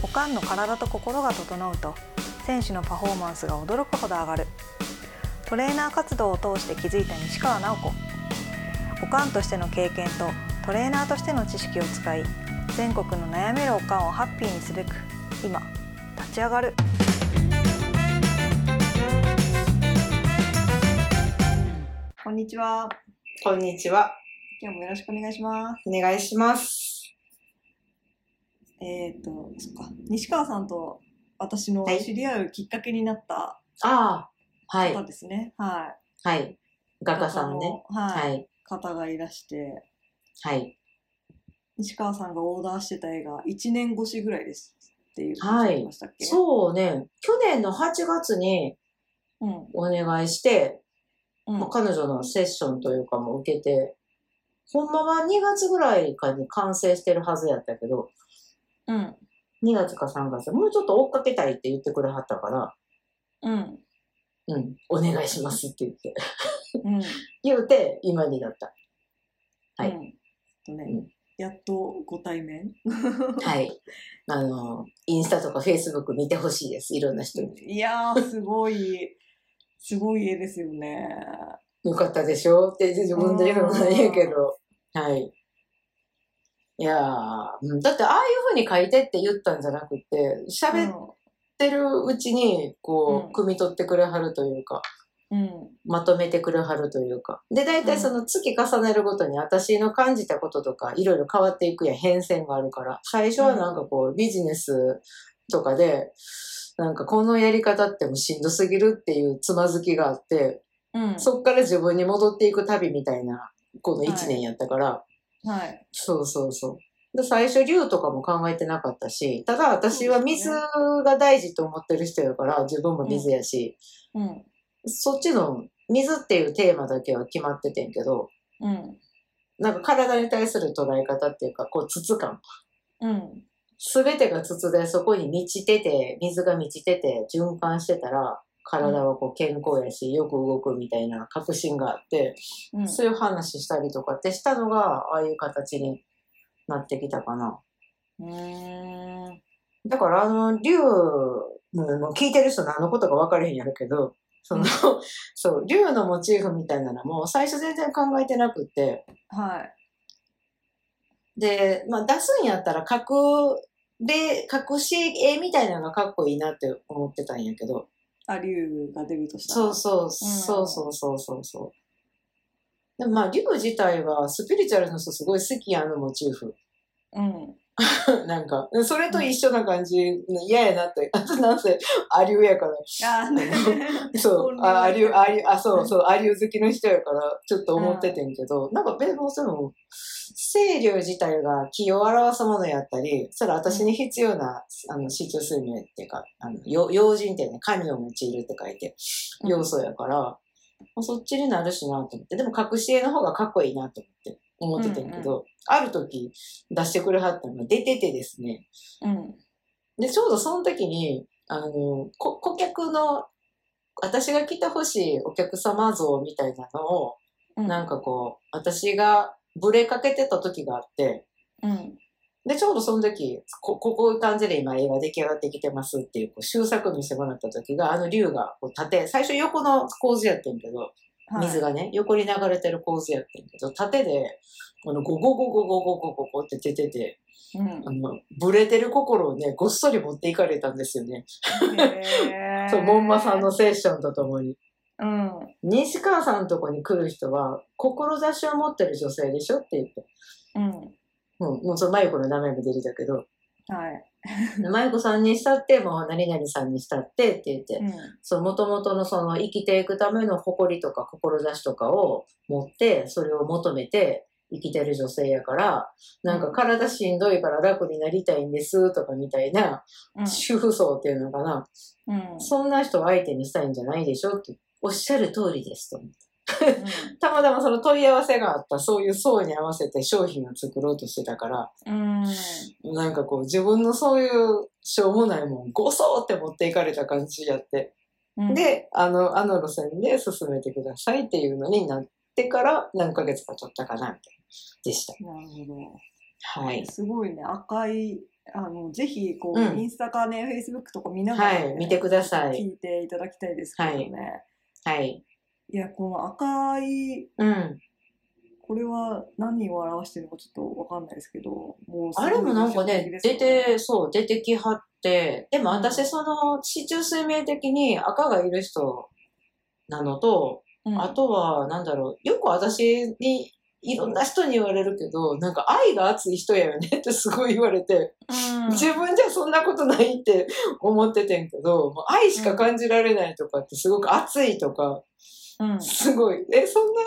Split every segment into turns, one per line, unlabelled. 股間の体と心が整うと選手のパフォーマンスが驚くほど上がるトレーナー活動を通して気づいた西川直子おかんとしての経験とトレーナーとしての知識を使い全国の悩めるおかんをハッピーにすべく今立ち上がるこんにちは
こんにちは。
今日もよろしくお願いします
お願いします。
えっ、とそっか西川さんと私の
はい
知り合うきっかけになった
ああ、は
方
い、
ですねはい
はい。画家さんね。
方のはい、
はい、
方がいらして
はい、
西川さんがオーダーしてた映画1年越しぐらいですっていう
は
話あ
い
りましたっけ、
そうね、去年の8月に
うん
お願いして、
うん
まあ、彼女のセッションというかも受けて、ほんまは2月ぐらいかに完成してるはずやったけど、
うん
2月か3月、もうちょっと追っかけたいって言ってくれはったから、
うん
うん、お願いしますって言って、
うん
言うて、今に なった。はい
うんとね、
うん
やっとご対面
はい。あの、インスタとかフェイスブック見てほしいです。いろんな人に。
いやーすごいすごい絵ですよね
よかったでしょって自分で言うのなんやけど。はい。いやーうんだってああいうふうに書いてって言ったんじゃなくて、喋ってるうちに、
う
こ
ん
う、汲み取ってくれはるというか、
うんうん
まとめてくれはるというか。で、大体その月重ねるごとに私の感じたこととか、いろいろ変わっていくやん変遷があるから。最初はなんかこう、ビジネスとかで、なんかこのやり方ってもうしんどすぎるっていうつまずきがあって、
うん
そっから自分に戻っていく旅みたいな、この
はい
1年やったから、
はい
そうそうそう。で最初、竜とかも考えてなかったし、ただ私は水が大事と思ってる人やから、自分も水やし、
うん
そっちの水っていうテーマだけは決まっててんけど、
うん
なんか体に対する捉え方っていうか、こう、筒感。
うん
すべてが筒で、そこに満ちてて、水が満ちてて、循環してたら、体はこう健康やし、よく動くみたいな確信があって、
うん
そういう話したりとかってしたのが、ああいう形になってきたかな。
うーん
だから、あの、竜の聞いてる人何のことか分かれへんやるけど、その、そう、竜のモチーフみたいなのも、最初全然考えてなくて、
はい
で、まあ、出すんやったら、書く、で、隠し絵みたいなのがかっこいいなって思ってたんやけど、
あ竜が出るとしたら
そうそう、そうそうそうそうそう。でもまあ、竜自体は、スピリチュアルの人すごい好きやんあのモチーフ。
うん
なんか、それと一緒な感じ、嫌やなって、 なんせ、アリューやから。
あー ね
そう、あア
本
リ
人
ュー、
は
アリュー、あ、そうそう、アリュー好きの人やから、ちょっと思っててんけど、なんか、ベーブ・その、清流自体が気を表すものやったり、それは私に必要な、あの、市中水明っていうか、あの、よ用心ってね、神を用いるって書いて、
うん
要素やから、もうそっちになるしなと思って、でも隠し絵の方がかっこいいなと思って、思っててんけど、ある時出してくれはったのが出ててですね、
うん
で、ちょうどその時に、あの、こ顧客の、私が来てほしいお客様像みたいなのを、
うん
なんかこう、私がブレかけてた時があって、
うん
で、ちょうどその時、こここういう感じで今映画出来上がってきてますっていう、こう、終作見せてもらった時が、あの竜がこう縦、最初横の構図やってんけど、
はい
水がね、横に流れてる構図やってんけど、縦で、このゴゴゴゴゴゴゴゴゴって出てて、
うん
あの、ブレてる心をね、ごっそり持っていかれたんですよね。
へー
そう、門馬さんのセッションとともに。
うん
西川さんのとこに来る人は、志を持ってる女性でしょって言って。
うん
うん、もうその、マユコの名前も出てたけど、
はい
マユコさんにしたって、もう何々さんにしたってって言って、
うん
そう、もともとのその生きていくための誇りとか志とかを持って、それを求めて生きてる女性やから、なんか体しんどいから楽になりたいんですとかみたいな、
うん
主婦層っていうのかな、
うん
そんな人を相手にしたいんじゃないでしょって、おっしゃる通りですと。
う
たまたまその問い合わせがあった、そういう層に合わせて商品を作ろうとしてたから、
んうん
なんかこう自分のそういうしょうもないもん、ごそーって持っていかれた感じやって、
うん
で、あの、あの路線で進めてくださいっていうのになってから何ヶ月か経ったかな、みたいな、でした。
なるほ
はい
ど。。すごいね、赤いあのぜひこう、
うん
インスタかね、フェイスブックとか見ながら、
はい見てください
聞いていただきたいですけどね。い、
はい。
や、この赤い、
うん。
これは何を表してるのかちょっとわかんないですけど、もうすごい
あれもなん
印象的
かね
で、すよ
出て、そう、出てきはって、でも
う
私
ん
その、市中水明的に赤がいる人なのと、
うん
あとは、なんだろう、よく私に、いろんな人に言われるけど、なんか愛が熱い人やよねってすごい言われて、
うん
自分じゃそんなことないって 思っててんけど、もう愛しか感じられないとかってすごく熱いとか、
うん
すごい。え、そんな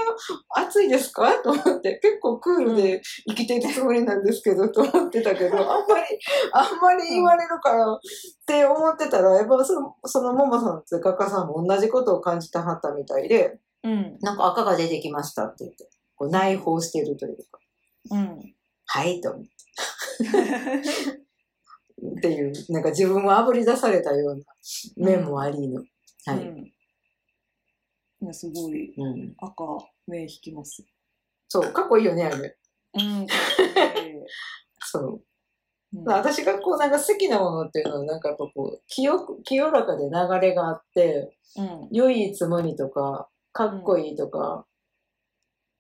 暑いですかと思って、結構クールで生きていくつもりなんですけど、と思ってた けど、あんまり、あんまり言われるからって思ってたら、やっぱその、そのママさんと画家さんも同じことを感じてはったみたいで、
うん
なんか赤が出てきましたって言って、こう内包してるというか、
うん
はい、と思って。っていう、なんか自分をあぶり出されたような面もありの。は
う
い。
んいや、すごい
うん。
赤、目引きます。
そう、かっこいいよね、あれ。
うん。
そう。まあ私がこうなんか好きなものっていうのはなんかやっぱこう清く清らかで流れがあって
うん
唯一無二とかかっこいいとか、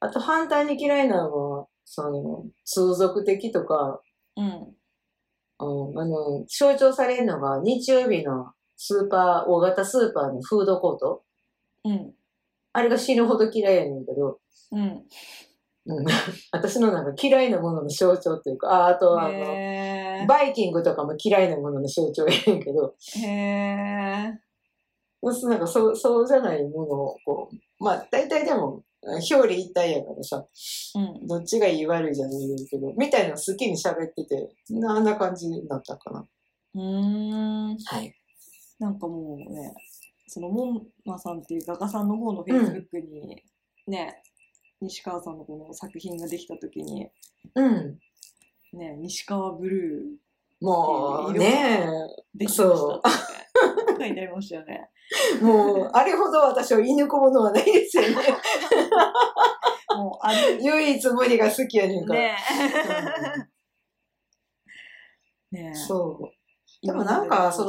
あと反対に嫌いなのはその通俗的とか、
うん
うん、あの象徴されるのが日曜日のスーパー大型スーパーのフードコート
うん
あれが死ぬほど嫌いやねんけど、
うん
うん、 私のなんか嫌いなものの象徴っていうかああとはあの、
へ
バイキングとかも嫌いなものの象徴やねんけど
えへ
そうなんかそう、そうじゃないものを、こう、まあ、大体でも、表裏一体やからさ、
えうん
どっちがいい悪いじゃないですけど、みたいなの好きに喋ってて、あんな感じになったかな。
うーん。
はい。
なんかもうね、そのモンマさんっていう画家さんの方のフェイスブックにね、西川さんのこの作品ができた時に、
うん。
ね、西川ブル
もうね、
ーできましたって書いてありましたよね。
もう、あれほど私を射抜くものはないですよね。
もうあれ
唯一無二が好きやねんから。
ね。ね
うんそう。
今ま
でもなんかそ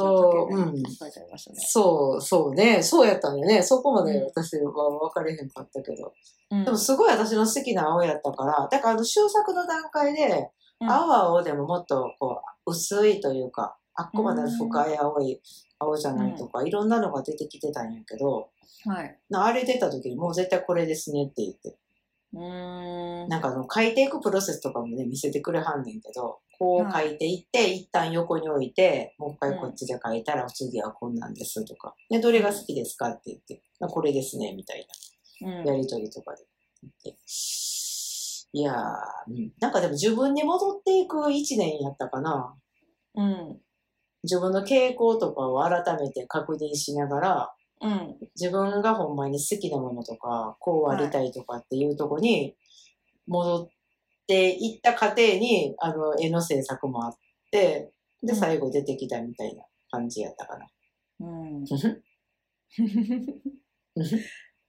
の
で
うん
書いてありましたね。
そう、そうね。そうやったんよね。そこまで
うん
私は分かれへんかったけど。
うん
でもすごい私の好きな青やったから、だからあの修作の段階で、
うん
青は青でももっとこう薄いというか、あっこまで深い青い青じゃないとか、いろんなのが出てきてたんやけど、
はい
なあれ出た時にもう絶対これですねって言って、
うーん
なんかあの書いていくプロセスとかもね、見せてくれはんねんけど、こう書いていって、一旦横に置いて、もう一回こっちで書いたら、次はこんなんですとか、で、どれが好きですかって言って、まあこれですねみたいな。
うん
やりとりとかで。いやー、うんなんかでも自分に戻っていく一年やったかな。
うん
自分の傾向とかを改めて確認しながら、
うん
自分がほんまに好きなものとか、こうありたいとかっていうとこに戻っていった過程に、あの、絵の制作もあって、
う
で、
ん
最後出てきたみたいな感じやったかな。
うん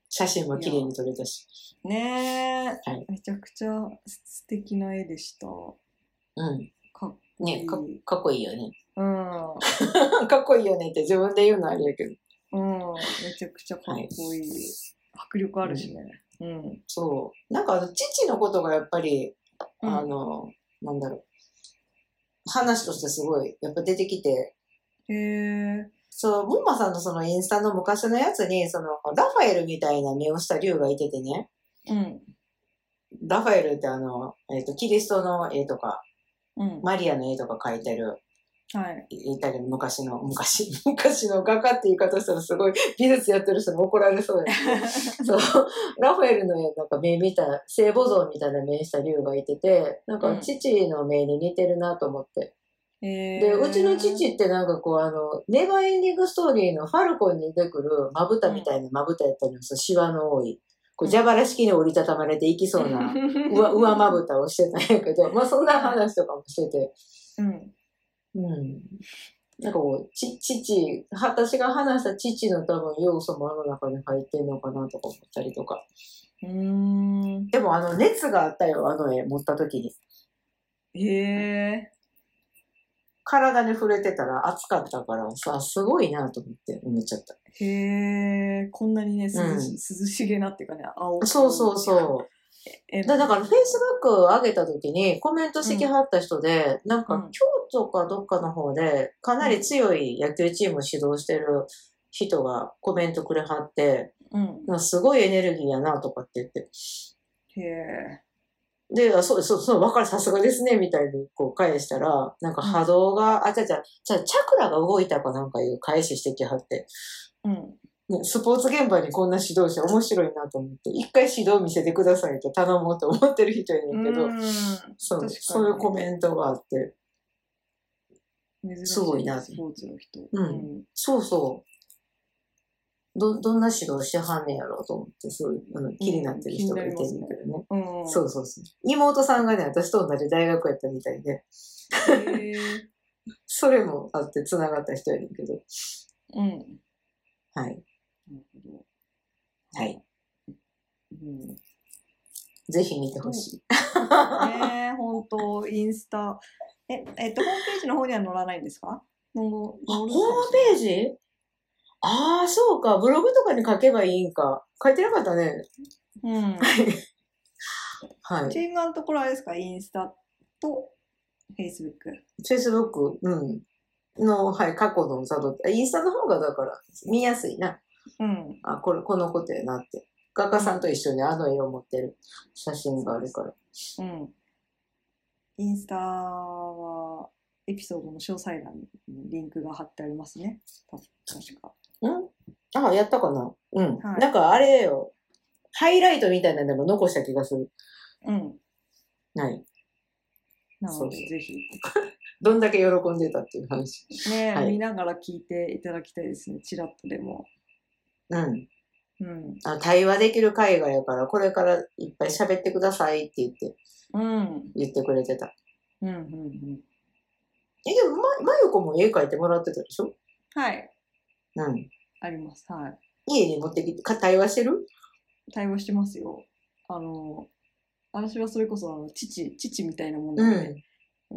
写真も綺麗に撮れたし。
ねえ、
はい
めちゃくちゃ素敵な絵でした。
うん。
かっこいい。
ねかかっこいいよね。
うん。うん。
かっこいいよねって自分で言うのあれやけど。
めちゃくちゃかっこいい。迫力あるしね。うん。
そう。なんかあの、父のことがやっぱり、
うん
あの、なんだろう。話としてすごい、やっぱ出てきて、
へえ。
そう、モンマさんのそのインスタの昔のやつに、その、ラファエルみたいな目をした竜がいててね、
うん。
ラファエルってあの、えっ、と、キリストの絵とか、
うん。
マリアの絵とか描いてる、
はい。
イタリアの昔の、昔、 昔の画家って言い方したらすごい、美術やってる人に怒られそうや そう、ラファエルの絵、なんか目見た、聖母像みたいな目した竜がいてて、なん
う
か
ん
父の目に似てるなと思って。
へえ。
で、うちの父ってなんかこう、あの、ネバーエンディングストーリーのファルコンに出てくるまぶたみたいなまぶたやったりもする、シワの多い。こ
う
う、
ん
蛇腹式に折りたたまれていきそうな、上、上まぶたをしてたんやけど、まあそんな話とかもしてて。
うん。
うん。なんかこう、ち、父、私が話した父の多分要素もあの中に入ってんのかなとか思ったりとか。
うーん。
でもあの熱があったよ、あの絵持った時に。
へえ。
体に触れてたら暑かったからさ、すごいなと思って思っちゃった。
へえ、こんなにね、涼し,、
うん
涼しげなっていうかね、青
そうそうそう。
え
だだから、フェイスブック上げた時にコメントしてきはった人で、なん
う
か
ん
京都かどっかの方で、かなり強い野球チームを指導してる人がコメントくれはって、
うん。
なんかすごいエネルギーやなとかって言って、
へえ。
で、あそうそう、そう、わかる、さすがですね、みたいにこう返したら、なんか波動が、あ、じゃあじゃあじゃあチャクラが動いたかなんかいう返ししてきはって、
うん。
ね、スポーツ現場にこんな指導者面白いなと思って、一回指導見せてくださいと頼もうと思ってる人やねんけど、
うん
そ
確
う、
かに
そういうコメントがあって、
珍しい
すごいな
スポーツの人。
うんそうそう。ど、どんな指導してはんねやろうと思って、すごい、あの、気になってる人がいてるんだけどね。
うん。うん、
そうそうそう。妹さんがね、私と同じ大学やったみたいで、
へえ。
それもあって繋がった人やねんけど、
うん。な
はい。
るほど。
はい。
うん。ね
ぜひ見てほしい。
え、本当インスタ。え、えっと、ホームページの方には載らないんですかホ
あホームページああ、そうか。ブログとかに書けばいいんか。書いてなかったね。
うん。
はい。
チームのところあれですか、インスタとフェイスブック。
Facebook、うん。の、はい、過去のをたどって、インスタの方がだから見やすいな。
うん。
あ、これ、このことやなって。画家さんと一緒にあの絵を持ってる写真があるから。
うん。インスタはエピソードの詳細欄にリンクが貼ってありますね。た確か。
うんあ、やったかなうん。
はい
なんかあれよ。ハイライトみたいなのも残した気がする。
うん。
はい。
な
そ
の
う
で、
そう
ぜひ、
どんだけ喜んでたっていう話。
ね、
はい
見ながら聞いていただきたいですね。チラッとでも。
うん。
うん。
あ対話できる海外やから、これからいっぱい喋ってくださいって言って、
うん。
言ってくれてた。
うん。うん。うん。
え、でも、ま、まゆこも絵描いてもらってたでしょ
はい。
うん。
あります。はい。
家に持ってきて、か対話してる
対話してますよ。あの、私はそれこそ、あの、父、父みたいなもん
う
なんで
ん。、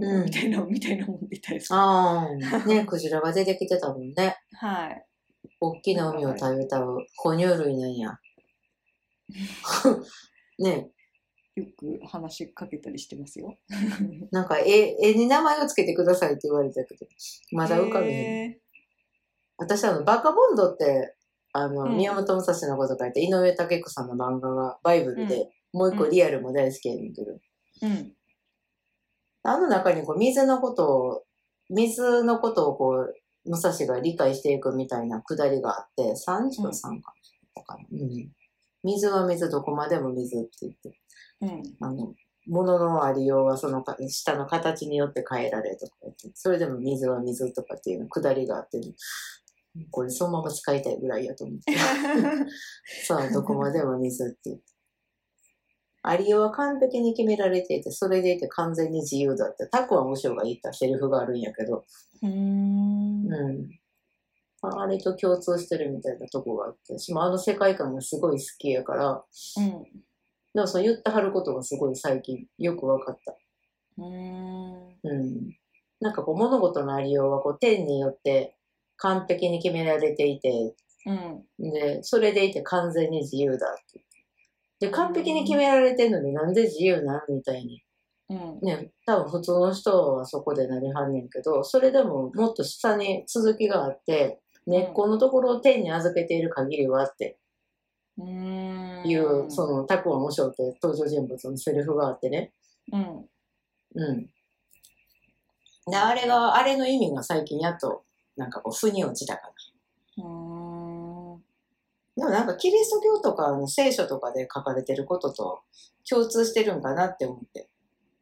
うん
みたいな、みたいなもんでいたいです。は
ああ、 ね、クジラが出てきてたもんね。
い。
大きな海を食べた哺乳類なんや。 ね
よく話しかけたりしてますよ。
なんか絵、絵に名前をつけてくださいって言われたけど、まだ浮かべへん。
へ
私あの、バカボンドって、あの、
うん
宮本武蔵のこと書いて、井上武子さんの漫画がバイブルで、もう一個
うん
リアルも大好きやねんけど、
ーうん。
あの中にこう、水のことを、水のことをこう、武蔵が理解していくみたいなくだりがあって、33かな、かなうん。水は水、どこまでも水って言って、
うん。
あの、物のありようはそのか下の形によって変えられるとか言って、それでも水は水とかっていうのくだりがあって、これそのまま使いたいぐらいやと思って。さあ、どこまでも水って言って。ありようは完璧に決められていて、それでいて完全に自由だって、タコは無償が言ったセリフがあるんやけど、
うーん。
うん。あれと共通してるみたいなとこがあって、私もあの世界観がすごい好きやから、でもその言ってはることがすごい最近よく分かった。
うん。う
うん。なんかこう物事のありようはこう天によって完璧に決められていて、
ーん。うん。
で、それでいて完全に自由だって。で、完璧に決められてんのになんで自由なんみたいに。
うん。
ね、多分普通の人はそこでなりはんねんけど、それでももっと下に続きがあって、根っこのところを天に預けている限りはって
うーん。
いう、その、タクワモショウって登場人物のセリフがあってね。
うん。
うん。で、あれが、あれの意味が最近やっと、なんかこう、腑に落ちたか
うーん。
な。でもなんか、キリスト教とか、あの聖書とかで書かれてることと共通してるんかなって思って。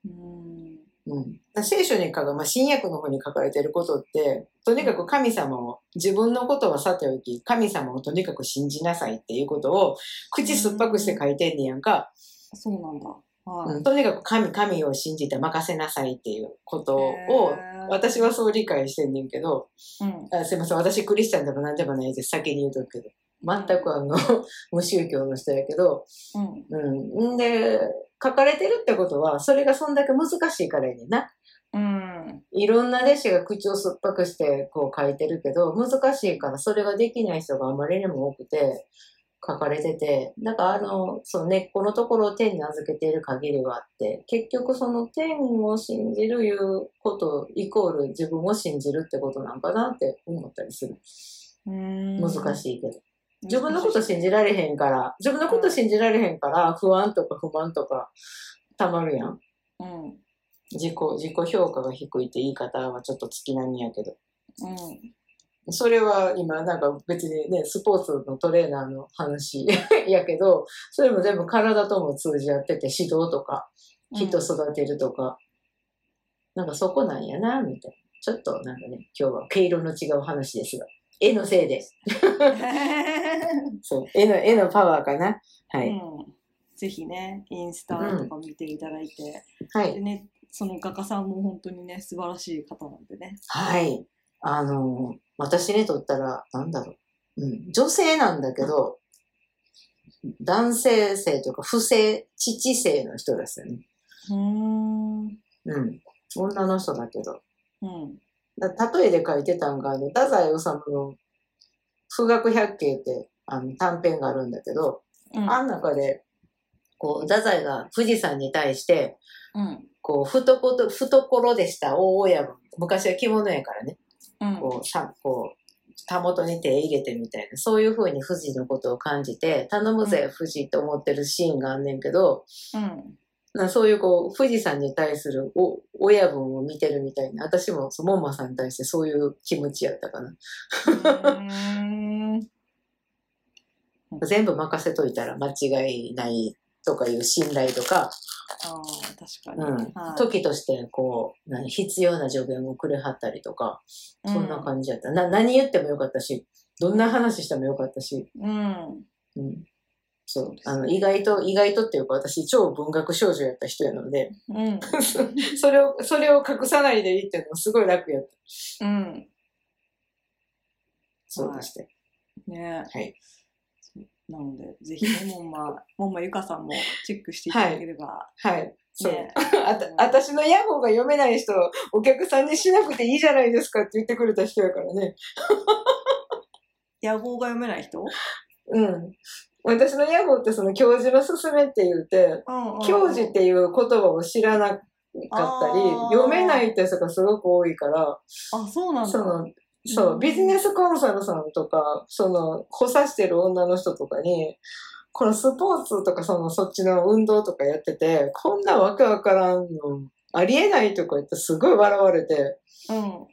うん。
うん。だから聖書に書か、まあ、新約の方に書かれてることって、とにかく神様を、自分のことはさておき、神様をとにかく信じなさいっていうことを、口酸っぱくして書いてんねやんか、
そうなんだ。
う
は
ん、
い。
とにかく神、神を信じて任せなさいっていうことを
へ、ー
私はそう理解してんねんけど、
うん。
あすいません、私クリスチャンでも何でもないです。先に言うとくけど。全くあの、 無宗教の人やけど、
うん。
うん。んで、書かれてるってことは、それがそんだけ難しいからやねんな。
うん。
いろんな弟子が口を酸っぱくしてこう書いてるけど、難しいからそれができない人があまりにも多くて、書かれてて、だからあの、その根っこのところを天に預けている限りはあって、結局その天を信じるいうことイコール自分を信じるってことなんかなって思ったりする。難
難い。
しいけど。自分のこと信じられへんから、自分のこと信じられへんから、不安とか不満とか、たまるやん。
うん。うん。
自己、自己評価が低いって言い方はちょっと月並みやけど。それは今なんか別にね、スポーツのトレーナーの話 やけど、それも全部体とも通じ合ってて、指導とか、人育てるとか、なんかそこなんやな、みたいな。ちょっとなんかね、今日は毛色の違う話ですが、絵のせいで、
う
そう、絵の、絵のパワーかな。はい。
ん。ぜひね、インスタとか見ていただいて、
はい
で。ね、その画家さんも本当にね、素晴らしい方なんでね。
はい。あの、私にとったら、なんだろう。うん。女性なんだけど、男性性というか、不正、父性の人ですよね。
うん。うん。
うん。女の人だけど。だ例えで書いてたんが、あの、太宰治の、富岳百景って、あの、短編があるんだけど、
うん。
あん中で、こう、太宰が富士山に対して、
うん。
こう、懐、懐でした大親分。昔は着物やからね。
うん。
こう、さ、こう、たもとに手入れてみたいな、そういう風に富士のことを感じて、頼むぜ、富士って思ってるシーンがあんねんけど、
うん。
なそういうこう、富士山に対するお親分を見てるみたいな、私もそのモンマさんに対してそういう気持ちやったかな。
うん。
全部任せといたら間違いないとかいう信頼とか、
ああ、確かに。
うん
はい、
時としてこう、何必要な助言をくれはったりとか、そんな感じやった。な、何言ってもよかったし、どんな話してもよかったし、
うん。
うんそう。あの、意外と、意外とっていうか、私、超文学少女やった人やので、
うん。
それを、それを隠さないでいいっていうのもすごい楽やった。
うん。
そうでした。
ね
はい。
なので、ぜひね、もんま、もんまゆかさんもチェックしていただければ。
はい。そう。
ね、
あた、私のヤホーが読めない人、お客さんにしなくていいじゃないですかって言ってくれた人やからね。
野望が読めない人
うん。私のヤホーってその教授の勧めって言うて、
うん
教授っていう言葉を知らなかったり
あー、
読めないって人がすごく多いから、
あ、そうなんだ。
その、そうう、
ん
ビジネスコンサルさんとか、その、こさしてる女の人とかに、このスポーツとか、その、そっちの運動とかやってて、こんなわけわからんの、ありえないとか言ってすごい笑われて、
うん。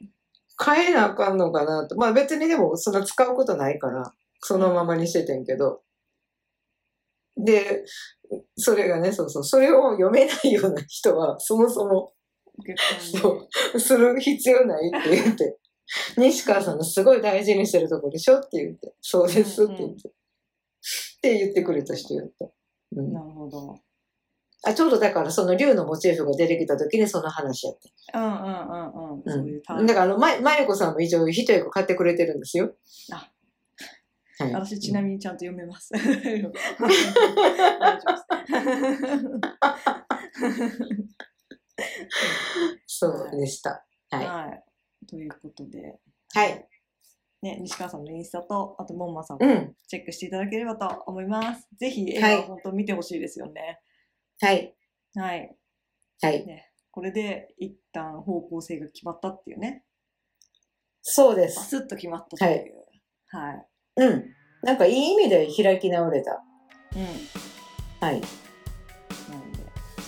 変えなあかんのかなと。まあ別にでも、そんな使うことないから、そのままにしててんけど。で、それがね、そうそう、それを読めないような人は、そもそも、
お客さんに。
そう、する必要ないって言 って。西川さんのすごい大事にしてるとこでしょって言って、そうですって言って。
うんうん
って言ってくれた人やった。うん
なるほど。
あちょうどだからその竜のモチーフが出てきた時にその話やっ
うんうんうんうん。
た。
そううい
ん
うタイ
だ
プ。
からあの、ま、まゆこさんも一応一役買ってくれてるんですよ。
あ
はい。
私、ちなみにちゃんと読めます。大丈夫です
そうでした。はい
はい。ということで、
はい。
ね、西川さんのインスタと、あと、もんまさん
う
も
ん。
チェックしていただければと思います。ぜひ、映
はい
画を本当見てほしいですよね。
はい。
はい。
はい。
ね、これで一旦方向性が決まったっていうね、
そうで
バ
す。
スッと決まったっていう。はい。
うん。なんかいい意味で開き直れた。
うん。
は
なの
い。
で、ぜ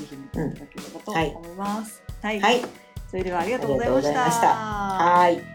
ひ見ていただければと
うんはい
思います。はい。
はい。
それではありがとうございまし。
ありがとうございましたはーい。